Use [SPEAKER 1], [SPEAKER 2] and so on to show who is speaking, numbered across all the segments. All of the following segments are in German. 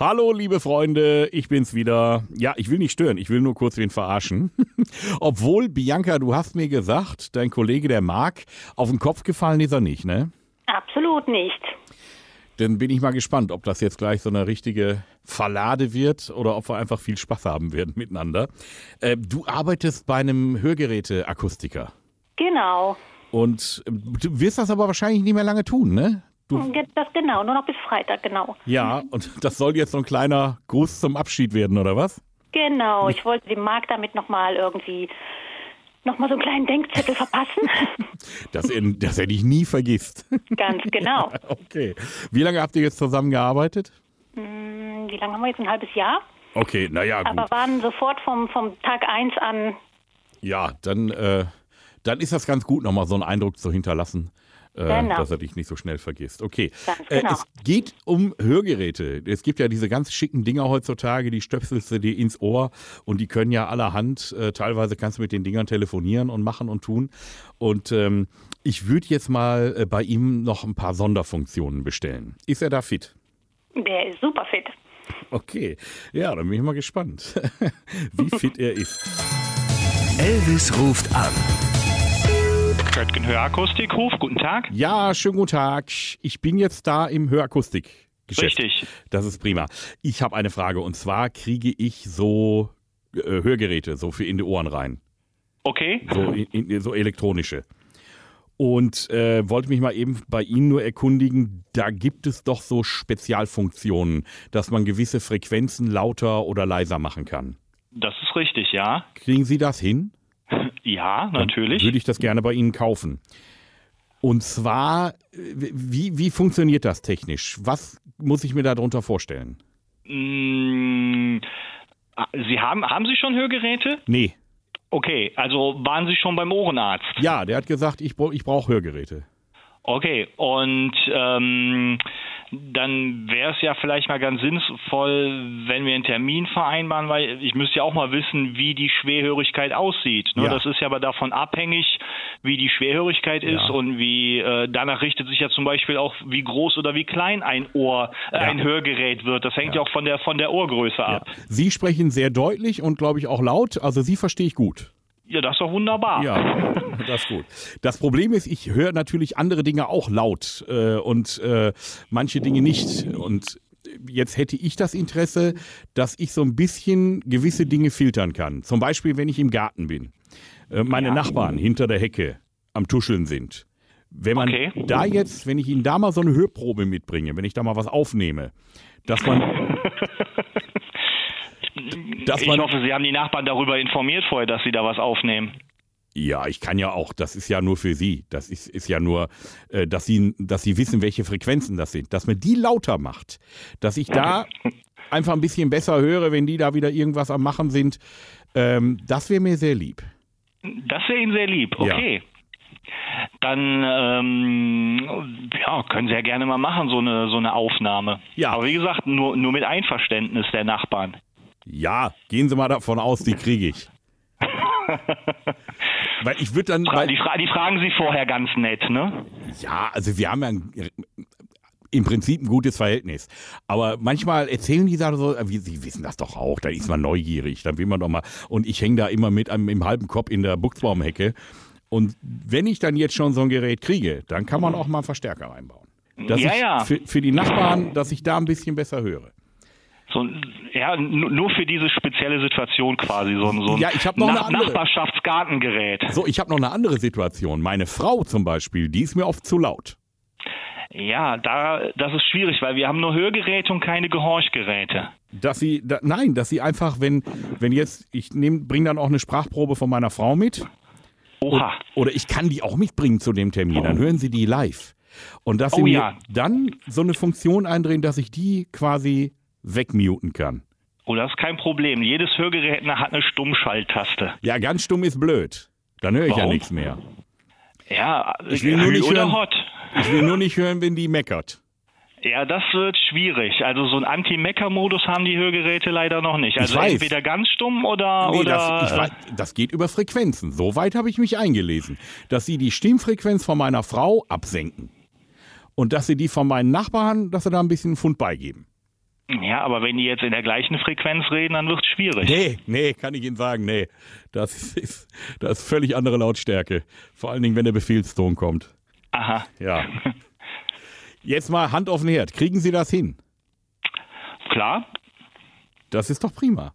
[SPEAKER 1] Hallo, liebe Freunde, ich bin's wieder. Ja, ich will nicht stören, ich will nur kurz wen verarschen. Obwohl, Bianca, du hast mir gesagt, dein Kollege, der Marc, auf den Kopf gefallen ist er nicht, ne?
[SPEAKER 2] Absolut nicht.
[SPEAKER 1] Dann bin ich mal gespannt, ob das jetzt gleich so eine richtige Verlade wird oder ob wir einfach viel Spaß haben werden miteinander. Äh, du arbeitest bei einem Hörgeräteakustiker
[SPEAKER 2] Genau.
[SPEAKER 1] und ähm, du wirst das aber wahrscheinlich nicht mehr lange tun, ne? Du,
[SPEAKER 2] Ge- Das genau, nur noch bis Freitag, genau.
[SPEAKER 1] ja, und das soll jetzt so ein kleiner Gruß zum Abschied werden, oder was?
[SPEAKER 2] Genau, ich wollte dem Marc damit nochmal irgendwie nochmal so einen kleinen Denkzettel verpassen.
[SPEAKER 1] Dass er, dass er dich nie vergisst.
[SPEAKER 2] Ganz genau.
[SPEAKER 1] Okay. Wie lange habt ihr jetzt zusammengearbeitet?
[SPEAKER 2] Hm, Wie lange haben wir jetzt? Ein halbes Jahr?
[SPEAKER 1] Okay, naja, gut.
[SPEAKER 2] Aber waren sofort vom, vom Tag 1 an,
[SPEAKER 1] Ja, dann, äh, dann ist das ganz gut, nochmal so einen Eindruck zu hinterlassen, äh,
[SPEAKER 2] Genau.
[SPEAKER 1] dass er dich nicht so schnell vergisst. Okay.
[SPEAKER 2] Ganz
[SPEAKER 1] Äh,
[SPEAKER 2] genau.
[SPEAKER 1] es geht um Hörgeräte. Es gibt ja diese ganz schicken Dinger heutzutage, die stöpselst du dir ins Ohr und die können ja allerhand. Äh, teilweise kannst du mit den Dingern telefonieren und machen und tun. Und ähm, ich würde jetzt mal äh, bei ihm noch ein paar Sonderfunktionen bestellen. Ist er da fit?
[SPEAKER 2] der ist super fit.
[SPEAKER 1] Okay, ja, dann bin ich mal gespannt, wie fit er ist.
[SPEAKER 3] Elvis ruft an.
[SPEAKER 4] Göttgen Hörakustikruf, guten Tag.
[SPEAKER 1] Ja, schönen guten Tag. Ich bin jetzt da im Hörakustik. Geschäft.
[SPEAKER 4] Richtig.
[SPEAKER 1] Das ist prima. Ich habe eine Frage und zwar kriege ich so äh, Hörgeräte so für in die Ohren rein,
[SPEAKER 4] Okay.
[SPEAKER 1] so, in, in, so elektronische. Und äh, wollte mich mal eben bei Ihnen nur erkundigen, da gibt es doch so Spezialfunktionen, dass man gewisse Frequenzen lauter oder leiser machen kann.
[SPEAKER 4] Das ist richtig, ja.
[SPEAKER 1] Kriegen Sie das hin?
[SPEAKER 4] Ja,
[SPEAKER 1] dann
[SPEAKER 4] natürlich.
[SPEAKER 1] Würde ich das gerne bei Ihnen kaufen. Und zwar, äh, wie, wie funktioniert das technisch? Was muss ich mir darunter vorstellen?
[SPEAKER 4] Mm, ah, Sie haben, haben Sie schon Hörgeräte?
[SPEAKER 1] Nee.
[SPEAKER 4] Okay, also waren Sie schon beim Ohrenarzt?
[SPEAKER 1] Ja, der hat gesagt, ich, bra- ich brauche Hörgeräte.
[SPEAKER 4] Okay, und ähm, dann wäre es ja vielleicht mal ganz sinnvoll, wenn wir einen Termin vereinbaren, weil ich müsste ja auch mal wissen, wie die Schwerhörigkeit aussieht. Ne?
[SPEAKER 1] Ja.
[SPEAKER 4] Das ist ja aber davon abhängig, wie die Schwerhörigkeit ist und wie äh, danach richtet sich ja zum Beispiel auch, wie groß oder wie klein ein Ohr, äh, ein Hörgerät wird. Das hängt ja, auch von der von der Ohrgröße ab.
[SPEAKER 1] Sie sprechen sehr deutlich und, glaube ich, auch laut. Also Sie verstehe ich gut.
[SPEAKER 4] Ja, das ist doch wunderbar.
[SPEAKER 1] Ja, das ist gut. Das Problem ist, ich höre natürlich andere Dinge auch laut äh, und äh, manche Dinge nicht. Und jetzt hätte ich das Interesse, dass ich so ein bisschen gewisse Dinge filtern kann. Zum Beispiel, wenn ich im Garten bin, äh, meine Nachbarn hinter der Hecke am Tuscheln sind. Wenn man
[SPEAKER 4] Okay.
[SPEAKER 1] da jetzt, wenn ich ihnen da mal so eine Hörprobe mitbringe, wenn ich da mal was aufnehme, dass man, dass
[SPEAKER 4] ich
[SPEAKER 1] man
[SPEAKER 4] hoffe, Sie haben die Nachbarn darüber informiert vorher, dass Sie da was aufnehmen.
[SPEAKER 1] Ja, ich kann ja auch, das ist ja nur für Sie. Das ist, ist ja nur, äh, dass, Sie, dass Sie wissen, welche Frequenzen das sind. Dass man die lauter macht. Dass ich da einfach ein bisschen besser höre, wenn die da wieder irgendwas am Machen sind. Ähm, das wäre mir sehr lieb.
[SPEAKER 4] Das wäre Ihnen sehr lieb,
[SPEAKER 1] Ja.
[SPEAKER 4] okay. Dann ähm, ja, können Sie ja gerne mal machen, so eine, so eine Aufnahme.
[SPEAKER 1] Ja.
[SPEAKER 4] Aber wie gesagt, nur, nur mit Einverständnis der Nachbarn.
[SPEAKER 1] Ja, gehen Sie mal davon aus, die kriege ich. Weil ich würde dann.
[SPEAKER 4] Fra
[SPEAKER 1] Weil,
[SPEAKER 4] die, Fra die fragen Sie vorher ganz nett, ne?
[SPEAKER 1] ja, also wir haben ja ein, im Prinzip ein gutes Verhältnis. Aber manchmal erzählen die da so, wie, sie wissen das doch auch, da ist man neugierig, dann will man doch mal. Und ich hänge da immer mit einem im halben Kopf in der Buchsbaumhecke. Und wenn ich dann jetzt schon so ein Gerät kriege, dann kann man auch mal einen Verstärker einbauen. Dass
[SPEAKER 4] Mhm. Ja,
[SPEAKER 1] ich
[SPEAKER 4] ja.
[SPEAKER 1] Für, für die Nachbarn, dass ich da ein bisschen besser höre.
[SPEAKER 4] So, ja, nu- nur für diese spezielle Situation quasi, so, ein- so ein
[SPEAKER 1] Ja, ich hab noch eine andere.
[SPEAKER 4] Nachbarschaftsgartengerät.
[SPEAKER 1] So, ich habe noch eine andere Situation. Meine Frau zum Beispiel, die ist mir oft zu laut.
[SPEAKER 4] Ja, da, das ist schwierig, weil wir haben nur Hörgeräte und keine Gehorchgeräte.
[SPEAKER 1] Dass sie, da, nein, dass sie einfach, wenn, wenn jetzt, ich nehm, bring dann auch eine Sprachprobe von meiner Frau mit
[SPEAKER 4] Oha.
[SPEAKER 1] Oder ich kann die auch mitbringen zu dem Termin, dann hören Sie die live. Und dass Sie
[SPEAKER 4] Oh
[SPEAKER 1] mir
[SPEAKER 4] ja.
[SPEAKER 1] dann so eine Funktion eindrehen, dass ich die quasi wegmuten kann.
[SPEAKER 4] Oh, das ist kein Problem. Jedes Hörgerät hat eine Stummschalttaste.
[SPEAKER 1] Ja, ganz stumm ist blöd. Dann höre ich ja
[SPEAKER 4] Warum?
[SPEAKER 1] nichts mehr.
[SPEAKER 4] Ja,
[SPEAKER 1] Ich will nur
[SPEAKER 4] Hü
[SPEAKER 1] nicht
[SPEAKER 4] oder
[SPEAKER 1] hören-
[SPEAKER 4] Hot.
[SPEAKER 1] Ich will nur nicht hören, wenn die meckert.
[SPEAKER 4] Ja, das wird schwierig. Also so einen Anti-Mecker-Modus haben die Hörgeräte leider noch nicht. Also
[SPEAKER 1] weiß.
[SPEAKER 4] entweder ganz stumm oder
[SPEAKER 1] Nee,
[SPEAKER 4] oder
[SPEAKER 1] das, ich weiß, das geht über Frequenzen. So weit habe ich mich eingelesen, dass Sie die Stimmfrequenz von meiner Frau absenken. Und dass Sie die von meinen Nachbarn, dass Sie da ein bisschen Pfund beigeben.
[SPEAKER 4] äh, Ja, aber wenn die jetzt in der gleichen Frequenz reden, dann wird es schwierig.
[SPEAKER 1] Nee, nee, kann ich Ihnen sagen, nee. Das ist, das ist völlig andere Lautstärke. Vor allen Dingen, wenn der Befehlston kommt.
[SPEAKER 4] Aha.
[SPEAKER 1] Ja. Jetzt mal Hand auf den Herd. Kriegen Sie das hin?
[SPEAKER 4] Klar,
[SPEAKER 1] Das ist doch prima.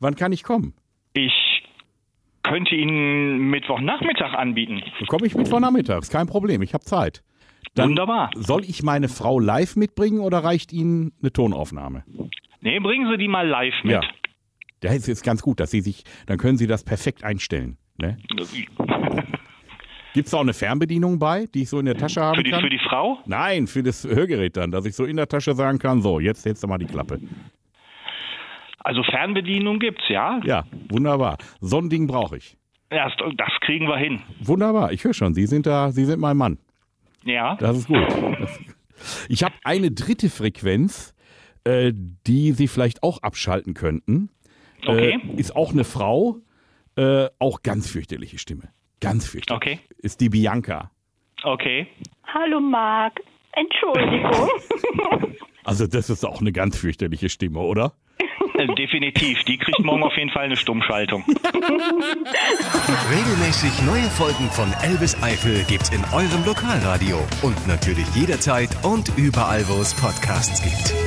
[SPEAKER 1] Wann kann ich kommen?
[SPEAKER 4] ich könnte Ihnen Mittwochnachmittag anbieten.
[SPEAKER 1] Dann komme ich Mittwochnachmittag. Ist kein Problem. Ich habe Zeit. Dann
[SPEAKER 4] Wunderbar.
[SPEAKER 1] Soll ich meine Frau live mitbringen oder reicht Ihnen eine Tonaufnahme?
[SPEAKER 4] Nee, bringen Sie die mal live mit.
[SPEAKER 1] Ja. Ja, es ist ganz gut, dass Sie sich, dann können Sie das perfekt einstellen. Ne? Gibt es auch eine Fernbedienung bei, die ich so in der Tasche haben
[SPEAKER 4] Für die,
[SPEAKER 1] kann?
[SPEAKER 4] für die Frau?
[SPEAKER 1] Nein, für das Hörgerät dann, dass ich so in der Tasche sagen kann, so, jetzt hältst du mal die Klappe.
[SPEAKER 4] Also Fernbedienung gibt's, ja?
[SPEAKER 1] Ja, wunderbar. So ein Ding brauche ich.
[SPEAKER 4] ja. Das, das kriegen wir hin.
[SPEAKER 1] Wunderbar, ich höre schon, Sie sind da, Sie sind mein Mann.
[SPEAKER 4] Ja.
[SPEAKER 1] Das ist gut. Das, ich habe eine dritte Frequenz, äh, die Sie vielleicht auch abschalten könnten.
[SPEAKER 4] Okay.
[SPEAKER 1] Äh, ist auch eine Frau, äh, auch ganz fürchterliche Stimme. Ganz fürchterlich.
[SPEAKER 4] Okay.
[SPEAKER 1] Ist die Bianca.
[SPEAKER 4] Okay.
[SPEAKER 2] Hallo Marc. Entschuldigung.
[SPEAKER 1] Also das ist auch eine ganz fürchterliche Stimme, oder?
[SPEAKER 4] Äh, Definitiv. Die kriegt morgen auf jeden Fall eine Stummschaltung.
[SPEAKER 3] Regelmäßig neue Folgen von Elvis Eifel gibt's in eurem Lokalradio und natürlich jederzeit und überall, wo es Podcasts gibt.